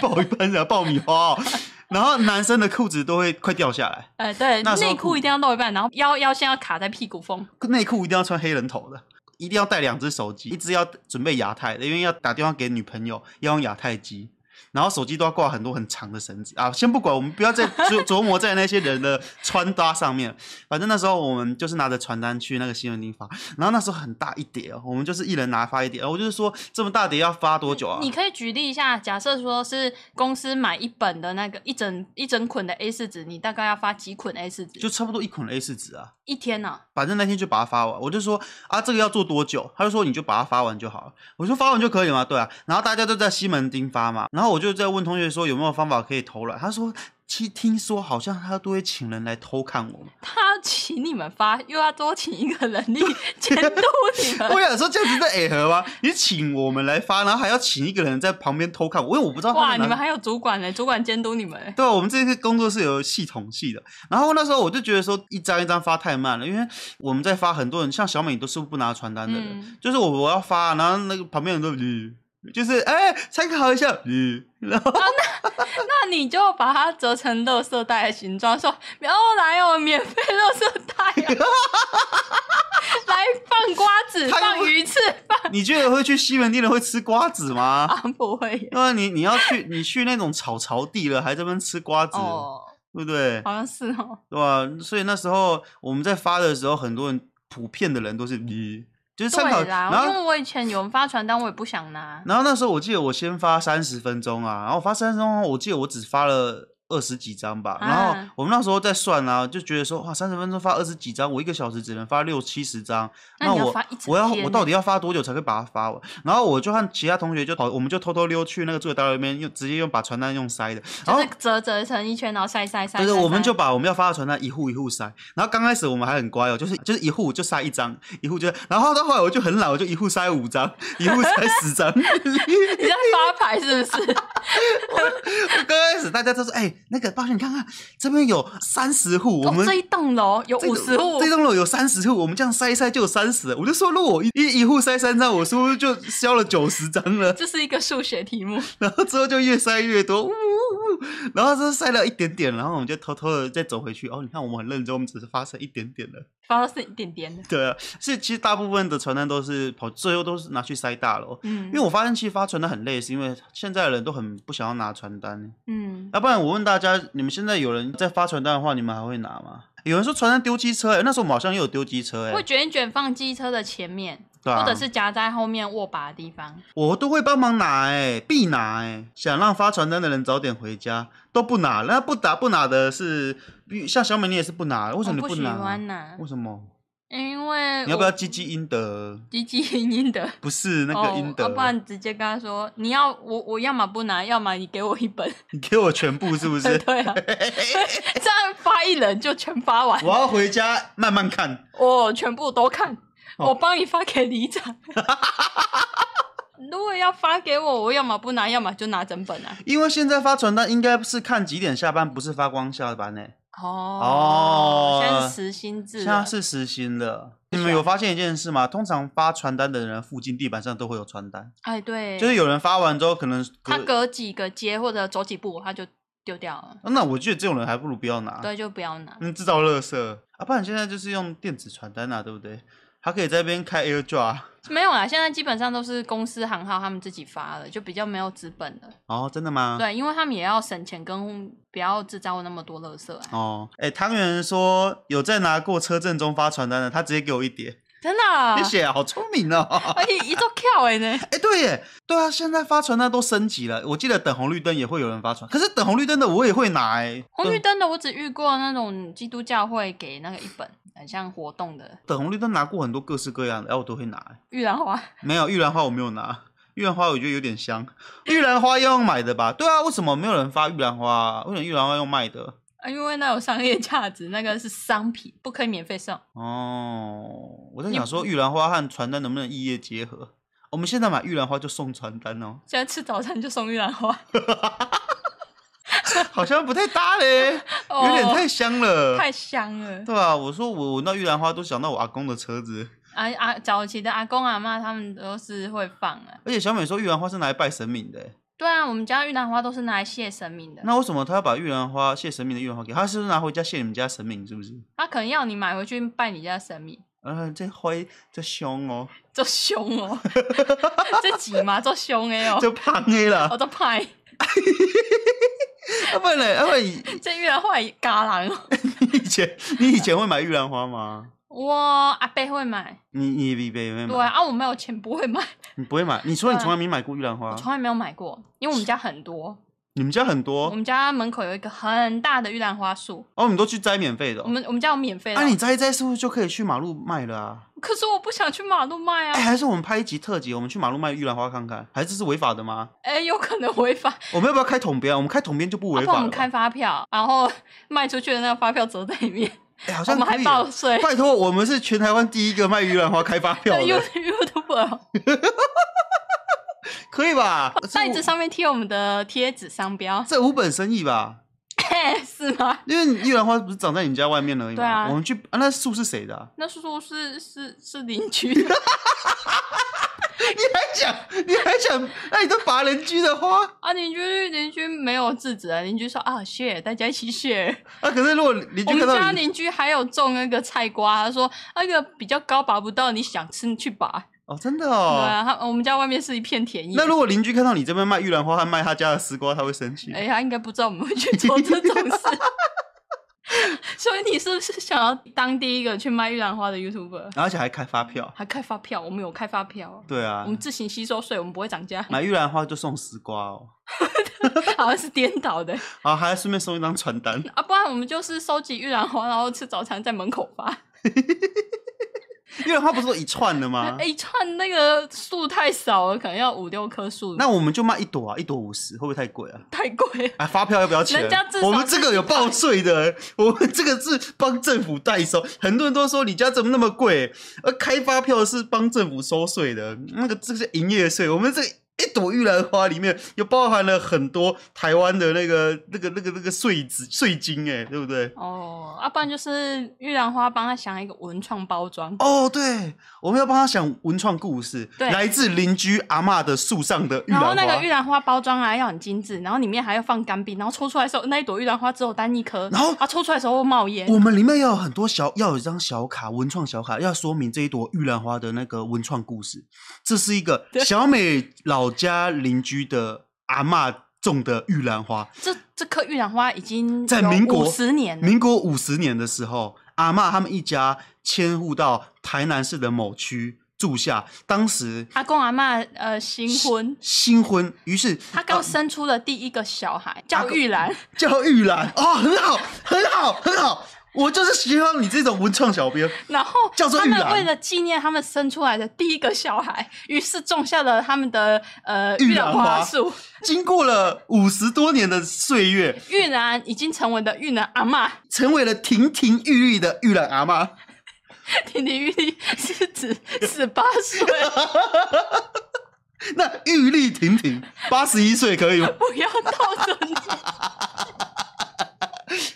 [SPEAKER 1] 爆一般的爆米花、哦，然后男生的裤子都会快掉下来，
[SPEAKER 2] 哎、对，
[SPEAKER 1] 那时候
[SPEAKER 2] 内裤一定要露一半，然后腰腰线要卡在屁股缝。
[SPEAKER 1] 内裤一定要穿黑人头的。一定要带两只手机，一只要准备亚太的，因为要打电话给女朋友，要用亚太机，然后手机都要挂很多很长的绳子啊。先不管，我们不要再琢琢磨在那些人的穿搭上面。反正那时候我们就是拿着传单去那个新闻地发，然后那时候很大一叠哦，我们就是一人拿发一叠。我就是说这么大叠要发多久啊？
[SPEAKER 2] 你可以举例一下，假设说是公司买一本的那个一整一整捆的 A 四纸，你大概要发几捆 A 四纸？
[SPEAKER 1] 就差不多一捆 A 四纸啊。
[SPEAKER 2] 一天呢、
[SPEAKER 1] 反正那天就把它发完，我就说啊，这个要做多久？他就说你就把它发完就好了。我说发完就可以吗？对啊。然后大家都在西门町发嘛，然后我就在问同学说有没有方法可以偷懒。他说，听听说好像他都会请人来偷看我们。
[SPEAKER 2] 他要请你们发，又要多请一个人力监督你们。
[SPEAKER 1] 我想说这样子在矮合吗？你请我们来发，然后还要请一个人在旁边偷看我，因为我不知道
[SPEAKER 2] 哇，
[SPEAKER 1] 他
[SPEAKER 2] 你
[SPEAKER 1] 在
[SPEAKER 2] 们
[SPEAKER 1] 哪。
[SPEAKER 2] 还有主管嘞，主管监督你们嘞。
[SPEAKER 1] 对啊，我们这次工作是有系统系的。然后那时候我就觉得说，一张一张发太慢了，因为我们在发很多人，像小美都是不拿传单的人，
[SPEAKER 2] 嗯，
[SPEAKER 1] 就是我我要发，然后那个旁边人都嗯，就是哎参考一下嗯，然后
[SPEAKER 2] 那你就把它折成垃圾袋的形状，说哦来哦，免费垃圾袋、啊， 来放瓜子，
[SPEAKER 1] 他又
[SPEAKER 2] 放鱼翅，放
[SPEAKER 1] 你觉得会去西门町的会吃瓜子吗？
[SPEAKER 2] 啊不会耶。
[SPEAKER 1] 对啊，你你要去你去那种草草地了，还在那边吃瓜子，
[SPEAKER 2] 哦，
[SPEAKER 1] 对不对？
[SPEAKER 2] 好像是哦，
[SPEAKER 1] 对吧、所以那时候我们在发的时候，很多人普遍的人都是嗯，就是参考，
[SPEAKER 2] 对
[SPEAKER 1] 然
[SPEAKER 2] 啦，因
[SPEAKER 1] 后。
[SPEAKER 2] 为我以前有人发传单，我也不想拿。
[SPEAKER 1] 然后那时候我记得我先发三十分钟啊，然后我发三十分钟，我记得我只发了二十几张吧。然后
[SPEAKER 2] 啊
[SPEAKER 1] 我们那时候在算啊，就觉得说哇，三十分钟发二十几张，我一个小时只能发六七十张，
[SPEAKER 2] 那你要
[SPEAKER 1] 我
[SPEAKER 2] 发一整
[SPEAKER 1] 我要
[SPEAKER 2] 天
[SPEAKER 1] 我
[SPEAKER 2] 呢
[SPEAKER 1] 到底要发多久才可以把它发完？然后我就和其他同学就跑，我们就偷偷溜去那个座位单位那边，用直接用把传单用塞的，然
[SPEAKER 2] 就
[SPEAKER 1] 后
[SPEAKER 2] 是。折折成一圈，然后塞塞塞。
[SPEAKER 1] 对对，
[SPEAKER 2] 塞
[SPEAKER 1] 我们
[SPEAKER 2] 塞
[SPEAKER 1] 就把我们要发的传单一户一户塞，然后刚开始我们还很乖哦，就是就是一户就塞一张，一户就，然后到后来我就很懒，我就一户塞五张，一户塞十张。
[SPEAKER 2] 你在发牌是不是？
[SPEAKER 1] 刚开始大家都说，哎、那个抱歉，你看看这边有三十户， 我
[SPEAKER 2] 哦
[SPEAKER 1] 们、
[SPEAKER 2] 这一栋楼有
[SPEAKER 1] 这
[SPEAKER 2] 五十户
[SPEAKER 1] 这，栋楼有三十户，我们这样塞一塞就有三十。我就说，如果我一一一户塞三张，我是不是就消了九十张了？
[SPEAKER 2] 这是一个数学题目。
[SPEAKER 1] 然后之后就越塞越多，呜呜呜，然后这塞了一点点，然后我们就偷偷的再走回去。哦，你看我们很认真，我们只是发生一点点了。
[SPEAKER 2] 发到是一点点的，
[SPEAKER 1] 对啊，是其实大部分的传单都是跑，最后都是拿去塞大楼。
[SPEAKER 2] 嗯
[SPEAKER 1] 因为我发现其实发传单很累，是因为现在的人都很不想要拿传单。
[SPEAKER 2] 嗯，
[SPEAKER 1] 要、不然我问大家，你们现在有人在发传单的话，你们还会拿吗？有人说传单丢机车、欸，那时候我们好像也有丢机车、欸，
[SPEAKER 2] 会卷一卷放机车的前面，
[SPEAKER 1] 对啊
[SPEAKER 2] 或者是夹在后面握把的地方。
[SPEAKER 1] 我都会帮忙拿、欸，必拿、欸，想让发传单的人早点回家，都不拿，那不打不拿的是，像小美你也是不拿，为什么
[SPEAKER 2] 我
[SPEAKER 1] 你
[SPEAKER 2] 不
[SPEAKER 1] 拿？
[SPEAKER 2] 喜欢呐、
[SPEAKER 1] 为什么？
[SPEAKER 2] 因为
[SPEAKER 1] 你要不要
[SPEAKER 2] 我
[SPEAKER 1] 积积阴德？
[SPEAKER 2] 积极营营的？
[SPEAKER 1] 不是那个阴
[SPEAKER 2] 哦，
[SPEAKER 1] 德，
[SPEAKER 2] 要不然直接跟他说，你要我我要么不拿，要么你给我一本。
[SPEAKER 1] 你给我全部是不是？
[SPEAKER 2] 对啊，这样发一人就全发完，
[SPEAKER 1] 我要回家慢慢看。
[SPEAKER 2] 我全部都看，
[SPEAKER 1] 哦
[SPEAKER 2] 我帮你发给里长。 如果要发给我，我要么不拿，要么就拿整本啊。
[SPEAKER 1] 因为现在发传单应该是看几点下班，不是发光下班哎呢、
[SPEAKER 2] 哦
[SPEAKER 1] 哦
[SPEAKER 2] 现在是实心制
[SPEAKER 1] 现
[SPEAKER 2] 了，
[SPEAKER 1] 在是实行的。
[SPEAKER 2] 是
[SPEAKER 1] 你
[SPEAKER 2] 啊
[SPEAKER 1] 们有发现一件事吗？通常发传单的人附近地板上都会有传单，
[SPEAKER 2] 哎对，
[SPEAKER 1] 就是有人发完之后可能
[SPEAKER 2] 他隔几个街或者走几步他就丢掉了，
[SPEAKER 1] 啊那我觉得这种人还不如不要拿，
[SPEAKER 2] 对，就不要拿。
[SPEAKER 1] 嗯，制造垃圾啊！不然现在就是用电子传单啊，对不对？还可以在那边开 AirDrop 啊
[SPEAKER 2] 没有啦，现在基本上都是公司行号他们自己发了，就比较没有资本了。
[SPEAKER 1] 哦，真的吗？
[SPEAKER 2] 对，因为他们也要省钱跟不要制造那么多垃圾、啊。
[SPEAKER 1] 哦，哎、汤圆说有在拿过车阵中发传单的，他直接给我一叠，
[SPEAKER 2] 真的、啊
[SPEAKER 1] 谢，谢、啊，好聪明哦！
[SPEAKER 2] 而且一座跳哎呢，
[SPEAKER 1] 哎、对耶，对啊，现在发传单都升级了。我记得等红绿灯也会有人发传，可是等红绿灯的我也会拿哎。
[SPEAKER 2] 红绿
[SPEAKER 1] 等
[SPEAKER 2] 灯的我只遇过那种基督教会给那个一本很像活动的
[SPEAKER 1] 等红绿灯拿过很多各式各样的，然哎后我都会拿耶。
[SPEAKER 2] 玉兰花，
[SPEAKER 1] 没有玉兰花我没有拿，玉兰花我觉得有点香。玉兰花要用买的吧？对啊，为什么没有人发玉兰花啊？为什么玉兰花用卖的？
[SPEAKER 2] 啊因为那有商业价值，那个是商品，不可以免费送。
[SPEAKER 1] 哦，我在想说玉兰花和传单能不能异业结合？我们现在买玉兰花就送传单哦，
[SPEAKER 2] 现在吃早餐就送玉兰 花，
[SPEAKER 1] 好像不太搭嘞，有点太香了。
[SPEAKER 2] 哦、太香了。
[SPEAKER 1] 对啊，我说我闻到玉兰花都想到我阿公的车子。
[SPEAKER 2] 啊啊，早期的阿公阿妈他们都是会放啊。
[SPEAKER 1] 而且小美说玉兰花是拿来拜神明的欸，
[SPEAKER 2] 对啊，我们家玉兰花都是拿来谢神明的。
[SPEAKER 1] 那为什么她要把玉兰花谢神明的玉兰花给她？是不是拿回家谢你们家神明？是不是？
[SPEAKER 2] 他可能要你买回去拜你家神明，
[SPEAKER 1] 啊，这花这香哦，
[SPEAKER 2] 做凶哦， 这几嘛做凶哎哦，
[SPEAKER 1] 这胖黑
[SPEAKER 2] 我
[SPEAKER 1] 啦，
[SPEAKER 2] 做派，
[SPEAKER 1] 要不然嘞，要不然以
[SPEAKER 2] 这玉兰花也嘎狼哦。
[SPEAKER 1] 你以前你以前会买玉兰花吗？
[SPEAKER 2] 我阿伯会买，
[SPEAKER 1] 你你比别人会
[SPEAKER 2] 对
[SPEAKER 1] 买？
[SPEAKER 2] 啊，我没有钱不会买，
[SPEAKER 1] 你不会买？你说你
[SPEAKER 2] 对啊
[SPEAKER 1] 从来没买过玉兰花
[SPEAKER 2] 我？从来没有买过，因为我们家很多，
[SPEAKER 1] 你们家很
[SPEAKER 2] 我
[SPEAKER 1] 多
[SPEAKER 2] 们家门口有一个很大的玉兰花树，
[SPEAKER 1] 哦，你们都去摘免费的
[SPEAKER 2] 我
[SPEAKER 1] 哦。
[SPEAKER 2] 们我们家有免费的
[SPEAKER 1] 那、，你摘一摘是不是就可以去马路卖了啊？
[SPEAKER 2] 可是我不想去马路卖
[SPEAKER 1] 哎、
[SPEAKER 2] 啊，
[SPEAKER 1] 还是我们拍一集特辑，我们去马路卖玉兰花看看，还是是违法的吗？
[SPEAKER 2] 哎，有可能违法，
[SPEAKER 1] 我们要不要开统编啊？我们开统编就不
[SPEAKER 2] 啊
[SPEAKER 1] 违法
[SPEAKER 2] 不然我
[SPEAKER 1] 了
[SPEAKER 2] 们
[SPEAKER 1] 吧。
[SPEAKER 2] 开发票，然后卖出去的那个发票折在里面，
[SPEAKER 1] 哎、好
[SPEAKER 2] 我
[SPEAKER 1] 像
[SPEAKER 2] 们
[SPEAKER 1] 可
[SPEAKER 2] 还
[SPEAKER 1] 以
[SPEAKER 2] 报税。
[SPEAKER 1] 拜托，我们是全台湾第一个卖玉兰花开发票
[SPEAKER 2] 对
[SPEAKER 1] 的，
[SPEAKER 2] YouTube
[SPEAKER 1] 可以吧？
[SPEAKER 2] 袋子上面贴我们的贴纸商标，
[SPEAKER 1] 这无本生意吧？
[SPEAKER 2] 是吗？
[SPEAKER 1] 因为玉兰花不是长在你家外面而已吗？
[SPEAKER 2] 对啊
[SPEAKER 1] 我们去啊，那树是谁的、啊？
[SPEAKER 2] 那叔叔是是是邻居的，
[SPEAKER 1] 你还讲，你还讲，哎那你都拔邻居的花
[SPEAKER 2] 啊，邻居邻居没有制止啊，邻居说啊 share，大家一起 share。
[SPEAKER 1] 啊？可是如果 邻
[SPEAKER 2] 我
[SPEAKER 1] 居
[SPEAKER 2] 们
[SPEAKER 1] 看
[SPEAKER 2] 家
[SPEAKER 1] 到你，
[SPEAKER 2] 邻居还有种那个菜瓜，他说那个比较高拔不到，你想吃你去拔。
[SPEAKER 1] 哦，真的
[SPEAKER 2] 对
[SPEAKER 1] 哦。
[SPEAKER 2] 啊，他我们家外面是一片田野。
[SPEAKER 1] 那如果邻居看到你这边卖玉兰花和卖他家的丝瓜，他会生气。
[SPEAKER 2] 哎，他应该不知道我们会去做这种事。 所以你是不是想要当第一个去卖玉兰花的 YouTuber？
[SPEAKER 1] 而且还开发票。
[SPEAKER 2] 还开发票？我们有开发票，
[SPEAKER 1] 对啊
[SPEAKER 2] 我，们自行吸收税，我们不会 涨价，
[SPEAKER 1] 买玉兰花就送丝瓜哦，
[SPEAKER 2] 好像是颠倒的
[SPEAKER 1] 啊，还顺便送一张传 单。
[SPEAKER 2] 啊！不然我们就是收集玉兰花，然后吃早餐在门口发。
[SPEAKER 1] 啊玉兰花不是都一串的吗
[SPEAKER 2] 哎、？一串那个树太少了，可能要五六棵树，
[SPEAKER 1] 那我们就卖一朵啊，一朵五十，会不会太贵啊？
[SPEAKER 2] 太贵了。
[SPEAKER 1] 啊，发票要不要钱？
[SPEAKER 2] 人家至少
[SPEAKER 1] 我们这个有报税 的，我们这个是帮政府代收。很多人都说你家怎么那么贵，而开发票是帮政府收税的，那个这个是营业税。我们这一朵玉兰花里面又包含了很多台湾的那个那个那个那个税子税金，哎，对不对？
[SPEAKER 2] 哦，要、不然就是玉兰花帮他想一个文创包装，
[SPEAKER 1] 哦，对，我们要帮他想文创故事，
[SPEAKER 2] 对
[SPEAKER 1] 来自邻居阿嬷的树上的玉
[SPEAKER 2] 然
[SPEAKER 1] 兰花。
[SPEAKER 2] 后那个玉兰花包装啊要很精致，然后里面还要放干冰，然后抽出来的时候那一朵玉兰花只有单一颗，
[SPEAKER 1] 然后
[SPEAKER 2] 啊抽出来的时候会冒烟，
[SPEAKER 1] 我们里面要有很多小，要有一张小卡，文创小卡，要说明这一朵玉兰花的那个文创故事。这是一个
[SPEAKER 2] 对
[SPEAKER 1] 小美老家邻居的阿嬷种的玉兰花，
[SPEAKER 2] 这这棵玉兰花已经
[SPEAKER 1] 在民国
[SPEAKER 2] 十年了，
[SPEAKER 1] 民国五十年的时候，阿嬷他们一家迁户到台南市的某区住下。当时
[SPEAKER 2] 阿公阿妈呃新婚，
[SPEAKER 1] 新婚，于是
[SPEAKER 2] 他刚
[SPEAKER 1] 呃
[SPEAKER 2] 生出了第一个小孩、
[SPEAKER 1] 阿
[SPEAKER 2] 叫
[SPEAKER 1] 公
[SPEAKER 2] 玉兰，
[SPEAKER 1] 叫玉兰哦，很好，很好，很好。我就是喜欢你这种文创小编。
[SPEAKER 2] 然后
[SPEAKER 1] 叫做
[SPEAKER 2] 他
[SPEAKER 1] 玉
[SPEAKER 2] 们
[SPEAKER 1] 兰
[SPEAKER 2] 为了纪念他们生出来的第一个小孩，于是种下了他们的呃
[SPEAKER 1] 玉
[SPEAKER 2] 玉兰
[SPEAKER 1] 兰
[SPEAKER 2] 花
[SPEAKER 1] 花
[SPEAKER 2] 树。
[SPEAKER 1] 经过了五十多年的岁月，
[SPEAKER 2] 玉兰已经成为了玉兰阿嬷，
[SPEAKER 1] 成为了亭亭玉立的玉兰阿妈。
[SPEAKER 2] 亭亭玉立是指十八岁，
[SPEAKER 1] 那玉立亭亭，八十一岁 可以吗？
[SPEAKER 2] 不要倒着念。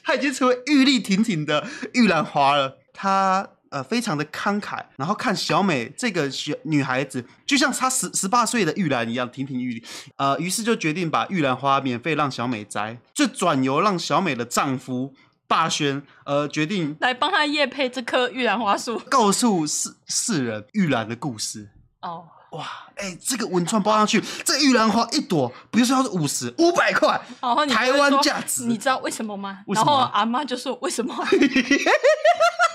[SPEAKER 1] 她已经成为玉立亭亭的玉兰花了。她呃非常的慷慨，然后看小美这个小女孩子，就像她十十八岁的玉兰一样亭亭玉立。呃，于是就决定把玉兰花免费让小美摘，就转由让小美的丈夫霸轩呃决定
[SPEAKER 2] 来帮他叶配这棵玉兰花树。
[SPEAKER 1] 告诉世世人玉兰的故事。
[SPEAKER 2] 哦，
[SPEAKER 1] 哇，哎、这个文创包上去，这玉兰花一朵，比如说它是五十，五百块，
[SPEAKER 2] 然后你就会
[SPEAKER 1] 台湾
[SPEAKER 2] 说
[SPEAKER 1] 价值
[SPEAKER 2] 你知道为什么吗？
[SPEAKER 1] 为什
[SPEAKER 2] 然
[SPEAKER 1] 么
[SPEAKER 2] 后
[SPEAKER 1] 啊
[SPEAKER 2] 阿妈就说为什么？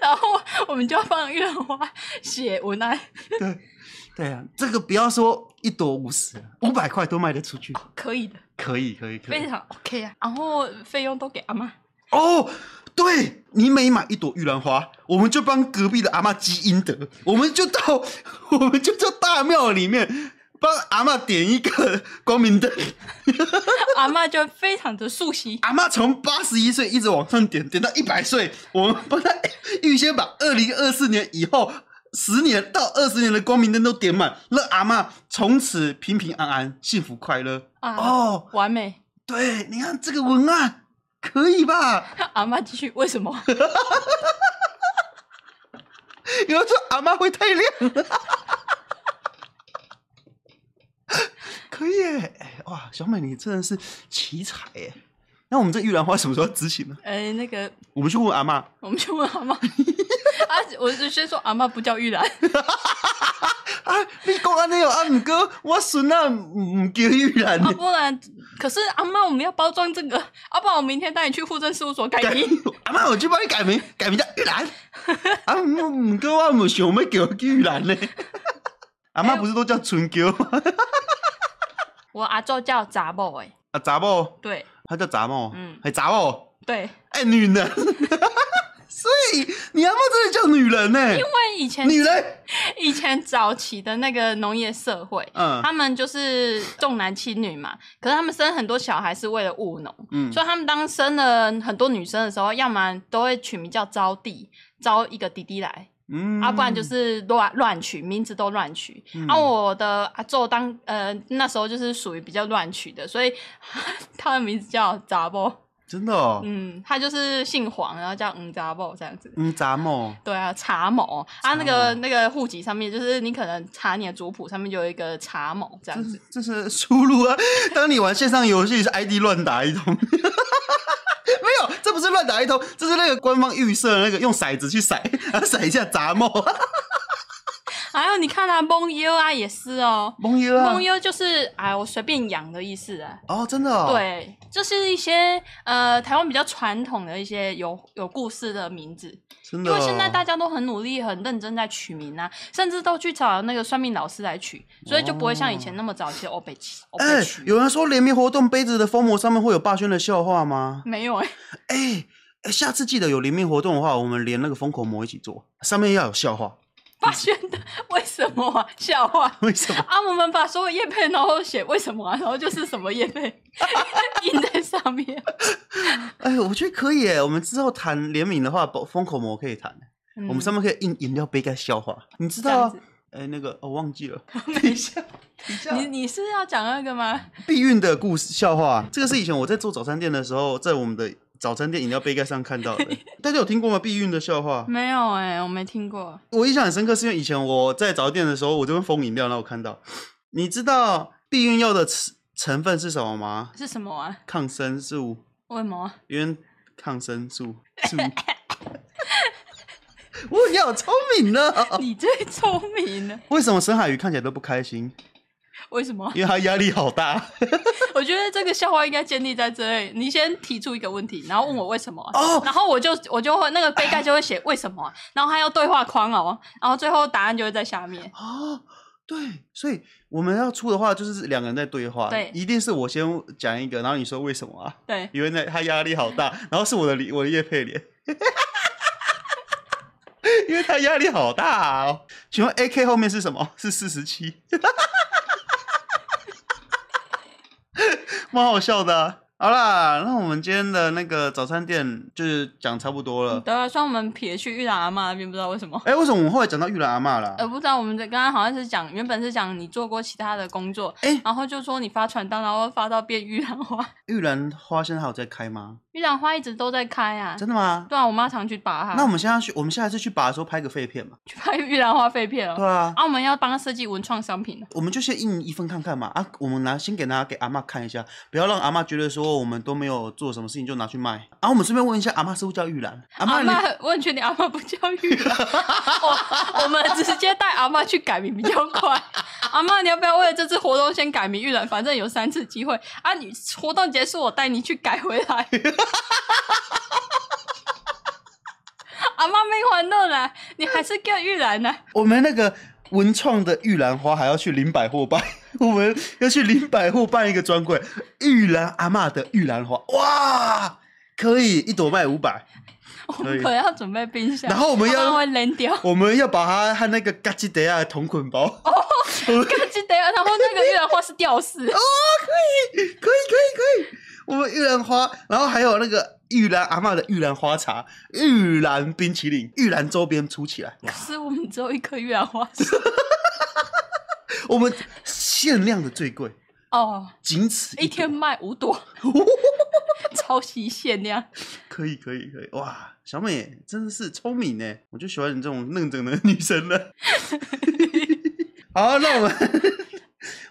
[SPEAKER 2] 然后我们就要帮玉兰花写文案，
[SPEAKER 1] 对啊，这个不要说一朵五十，五百块都卖得出去，
[SPEAKER 2] 可以的，
[SPEAKER 1] 可以，可以，可
[SPEAKER 2] 非
[SPEAKER 1] 以。
[SPEAKER 2] 常 OK 啊。然后费用都给阿妈，
[SPEAKER 1] 哦，对，你每买一朵玉兰花，我们就帮隔壁的阿嬷积阴德，我们就到， 我们就到大庙里面帮阿嬷点一个光明灯，
[SPEAKER 2] 阿妈就非常的熟悉。
[SPEAKER 1] 阿嬷从八十一岁一直往上点，点到一百岁，我们帮她预先把二零二四年以后十年到二十年的光明灯都点满，让阿嬷从此平平安安、幸福快乐。
[SPEAKER 2] 啊
[SPEAKER 1] 哦，
[SPEAKER 2] 完美，
[SPEAKER 1] 对，你看这个文案可以吧？
[SPEAKER 2] 阿妈继续为什么？
[SPEAKER 1] 有人说阿嬷会太亮了。可以耶！哎哇，小美你真的是奇才耶！那我们这玉兰花什么时候要执行呢？
[SPEAKER 2] 呃，那个
[SPEAKER 1] 我们去问问阿嬷。
[SPEAKER 2] 我们就问阿妈， 啊，我就先说阿妈不叫玉兰，
[SPEAKER 1] 啊，你讲安尼哦，啊，毋过我孙啊，毋叫玉兰
[SPEAKER 2] 啊，不然，可是阿妈我们要包装这个， 啊，不然我明天带你去户政事务所改
[SPEAKER 1] 改
[SPEAKER 2] 名。
[SPEAKER 1] 阿妈，我去帮你改名，改名叫玉兰。啊，毋过我毋想要叫玉兰呢。阿妈不是都叫春娇吗？
[SPEAKER 2] 我阿舅叫杂某哎，
[SPEAKER 1] 啊，杂某，
[SPEAKER 2] 对
[SPEAKER 1] 她叫杂某，
[SPEAKER 2] 嗯
[SPEAKER 1] 还杂某，
[SPEAKER 2] 对，
[SPEAKER 1] 哎，女人。 所以你阿妈真的叫女人呢、
[SPEAKER 2] 因为以前
[SPEAKER 1] 女人，
[SPEAKER 2] 以前早期的那个农业社会，
[SPEAKER 1] 嗯
[SPEAKER 2] 他们就是重男轻女嘛，可是他们生很多小孩是为了务农，
[SPEAKER 1] 嗯
[SPEAKER 2] 所以他们当生了很多女生的时候，要么都会取名叫招娣，招一个弟弟来，
[SPEAKER 1] 嗯
[SPEAKER 2] 啊，不然就是乱乱取，名字都乱取。啊，我的阿昼当呃那时候就是属于比较乱取的，所以 他的名字叫杂波，
[SPEAKER 1] 真的哦，
[SPEAKER 2] 嗯，他就是姓黄，然后叫嗯杂波这样子。
[SPEAKER 1] 嗯，杂某，
[SPEAKER 2] 对啊，查某啊，
[SPEAKER 1] 查
[SPEAKER 2] 那个那个户籍上面，就是你可能查你的族谱上面有一个查某这样
[SPEAKER 1] 这
[SPEAKER 2] 子，
[SPEAKER 1] 是这是输入啊！当你玩线上游戏是 ID 乱打一通， 没有，这不是乱打一通，这是那个官方预设的那个用骰子去骰，然后骰一下杂毛，
[SPEAKER 2] 还有你看啊，蒙优啊也是哦，
[SPEAKER 1] 蒙优啊
[SPEAKER 2] 蒙，优就是哎我随便养的意思啊，
[SPEAKER 1] 哦，真的、哦，，
[SPEAKER 2] 对，就是一些呃台湾比较传统的一些有有故事的名字，
[SPEAKER 1] 真的、
[SPEAKER 2] 因
[SPEAKER 1] 哦，
[SPEAKER 2] 为现在大家都很努力、很认真在取名啊，甚至都去找那个算命老师来取，所以就不会像以前那么早期的欧北奇、欧
[SPEAKER 1] 哦哎、
[SPEAKER 2] 北取。
[SPEAKER 1] 有人说联名活动杯子的封膜上面会有霸轩的笑话吗？
[SPEAKER 2] 没有哎、
[SPEAKER 1] 哎、哎下次记得有联名活动的话，我们连那个封口膜一起做，上面要有笑话。
[SPEAKER 2] 发现的为什么啊？笑话。
[SPEAKER 1] 为什么？
[SPEAKER 2] 啊，我们把所有叶配，然后写为什么啊，然后就是什么叶 配印在上面。
[SPEAKER 1] 哎、我觉得可以哎，我们之后谈联名的话，封封口膜可以谈。
[SPEAKER 2] 嗯
[SPEAKER 1] 我们上面可以印饮料杯盖笑话，你知
[SPEAKER 2] 这
[SPEAKER 1] 道、
[SPEAKER 2] 样
[SPEAKER 1] 啊
[SPEAKER 2] 子？，
[SPEAKER 1] 哎、那个我、哦忘记 了，
[SPEAKER 2] 等一下，
[SPEAKER 1] 等一下
[SPEAKER 2] 你你是要讲那个吗？
[SPEAKER 1] 避孕的故事笑话，这个是以前我在做早餐店的时候，在我们的早餐店饮料杯盖上看到 的。大家有听过吗？避孕的笑话，
[SPEAKER 2] 没有哎、我没听过。
[SPEAKER 1] 我印象很深刻，是因为以前我在早餐店的时候，我这边封饮料，然后我看到，你知道避孕药的成成分是什么吗？
[SPEAKER 2] 是什么啊？
[SPEAKER 1] 抗生素，
[SPEAKER 2] 为什么啊？
[SPEAKER 1] 因为抗生素素。 哇，你好聪明呢、
[SPEAKER 2] 你最聪明了，
[SPEAKER 1] 为什么沈海鱼看起来都不开心？
[SPEAKER 2] 为什么啊？
[SPEAKER 1] 因为他压力好大。
[SPEAKER 2] 我觉得这个笑话应该建立在这里，你先提出一个问题，然后问我为什么啊、
[SPEAKER 1] 哦
[SPEAKER 2] 然后我就我就会那个杯盖就会写为什么啊、然后还要对话框哦，然后最后答案就会在下面。
[SPEAKER 1] 哦，对，所以我们要出的话，就是两个人在对话，
[SPEAKER 2] 对
[SPEAKER 1] 一定是我先讲一个，然后你说为什么啊？
[SPEAKER 2] 对，
[SPEAKER 1] 因为那他压力好大，然后是我的理我的叶佩莲， 因为他压力好大、哦。请问 A K 后面是什么？是四十七，蛮好笑的啊、好啦，那我们今天的那个早餐店就是讲差不多了。
[SPEAKER 2] 对啊，虽然我们撇去玉兰阿妈那边，不知道为什么。
[SPEAKER 1] 哎、为什么我们后来讲到玉兰阿嬷啦？
[SPEAKER 2] 呃，不知道我们这刚刚好像是讲，原本是讲你做过其他的工作，
[SPEAKER 1] 哎
[SPEAKER 2] 然后就说你发传单，然后发到变玉兰花，
[SPEAKER 1] 玉兰花现在还有在开吗？
[SPEAKER 2] 玉兰花一直都在开啊。
[SPEAKER 1] 真的吗？
[SPEAKER 2] 对啊，我妈常去拔它，
[SPEAKER 1] 那我们现在去，我们下一次去拔的时候拍个废片嘛？
[SPEAKER 2] 去拍玉兰花废片了。
[SPEAKER 1] 对啊，
[SPEAKER 2] 啊，我们要帮她设计文创商品了。哦
[SPEAKER 1] 我们就先印一份看看嘛。啊，我们拿先给大家给阿嬷看一下，不要让阿嬷觉得说我们都没有做什么事情就拿去卖。啊，我们顺便问一下阿嬷是不是叫玉兰？阿嬷
[SPEAKER 2] 阿
[SPEAKER 1] 你
[SPEAKER 2] 妈，我很确定阿妈不叫玉 兰，我我们直接带阿妈去改名比较快。 阿妈，你要不要为了这次活动先改名玉兰？反正有三次机会啊！你活动结束，我带你去改回来。 阿妈没还乐啦，你还是叫玉兰呢、
[SPEAKER 1] 我们那个文创的玉兰花还要去林百货办，我们要去林百货办一个专柜，玉兰阿嬷的玉兰花，哇，可以一朵卖五百。
[SPEAKER 2] 我
[SPEAKER 1] 可以
[SPEAKER 2] 们可能要准备冰箱，
[SPEAKER 1] 然后我们要
[SPEAKER 2] 阿嬷会扔掉。
[SPEAKER 1] 我们要把它和那个嘎吉德亚的同捆包。
[SPEAKER 2] 看记得，然后那个玉兰花是吊饰，
[SPEAKER 1] 哦 可以，可以，可以，可以。我们玉兰花，然后还有那个玉兰阿嬷的玉兰花茶、玉兰冰淇淋、玉兰周边出起来，
[SPEAKER 2] 可是我们只有一颗玉兰花
[SPEAKER 1] 我们限量的最贵，
[SPEAKER 2] 哦，
[SPEAKER 1] 仅此
[SPEAKER 2] 一
[SPEAKER 1] 一
[SPEAKER 2] 天
[SPEAKER 1] 天。
[SPEAKER 2] 卖五 朵， 超级限量。
[SPEAKER 1] 可以，可以，可以，哇！小美真的是聪明呢，我就喜欢你这种愣整的女生了。好，那我们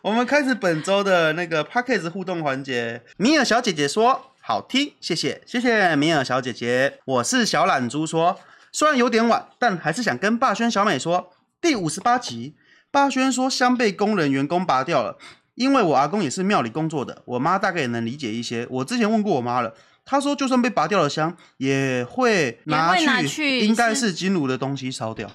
[SPEAKER 1] 我们开始本周的那个 p a c k a g e 互动环节。米尔小姐姐说好听，谢谢谢谢米尔小姐姐。我是小懒猪说，虽然有点晚，但还是想跟霸轩小美说，第五十八集，霸轩说香被工人员工拔掉了。因为我阿公也是庙里工作的，我妈大概也能理解一些。我之前问过我妈了，她说就算被拔掉了香，也会拿
[SPEAKER 2] 也
[SPEAKER 1] 去，
[SPEAKER 2] 会拿去
[SPEAKER 1] 应该
[SPEAKER 2] 是
[SPEAKER 1] 是金炉的东西烧掉。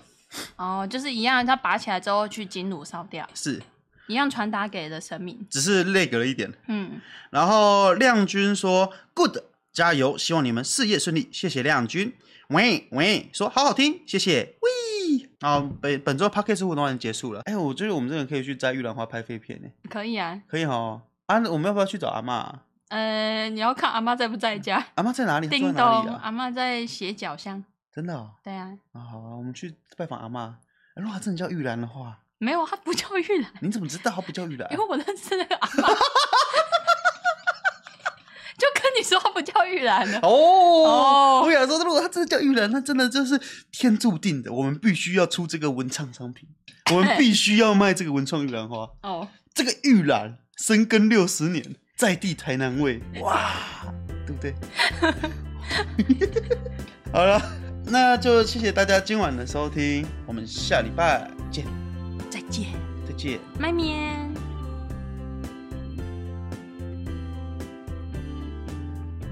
[SPEAKER 2] 哦，就是一样，它拔起来之后去金炉烧掉，
[SPEAKER 1] 是，
[SPEAKER 2] 一样传达给了神明。
[SPEAKER 1] 只是累格了一点。
[SPEAKER 2] 嗯，
[SPEAKER 1] 然后亮君说 “good”，加油，希望你们事业顺利，谢谢亮君。喂喂，说好好听，谢谢。喂，好，本本周 p a c k a g e 活动完结束了。哎，我觉得我们真的可以去摘玉兰花拍废片呢，
[SPEAKER 2] 可以啊。
[SPEAKER 1] 可以哈。啊，我们要不要去找阿嬷啊？
[SPEAKER 2] 呃，你要看阿妈在不在家。
[SPEAKER 1] 阿嬷在哪里？她住在
[SPEAKER 2] 叮
[SPEAKER 1] 哪
[SPEAKER 2] 咚
[SPEAKER 1] 里，啊？
[SPEAKER 2] 阿妈在斜角巷。
[SPEAKER 1] 真的哦、
[SPEAKER 2] 对啊，
[SPEAKER 1] 啊，好啊，我们去拜访阿嬷。哎如果她真的叫玉兰的话，
[SPEAKER 2] 没有，啊她不叫玉兰，
[SPEAKER 1] 你怎么知道她不叫玉兰啊
[SPEAKER 2] 因？为我认识那个阿妈， 就跟你说她不叫玉兰了。
[SPEAKER 1] 哦
[SPEAKER 2] 哦，
[SPEAKER 1] 我想说，如果他真的叫玉兰，那真的就是天注定的。我们必须要出这个文创商品，我们必须要卖这个文创玉兰花。
[SPEAKER 2] 哦，
[SPEAKER 1] 这个玉兰深耕六十年，在地台南味，哇，对不对？ 好了，那就谢谢大家今晚的收听，我们下礼拜见，
[SPEAKER 2] 再见，
[SPEAKER 1] 再见。
[SPEAKER 2] 麦面。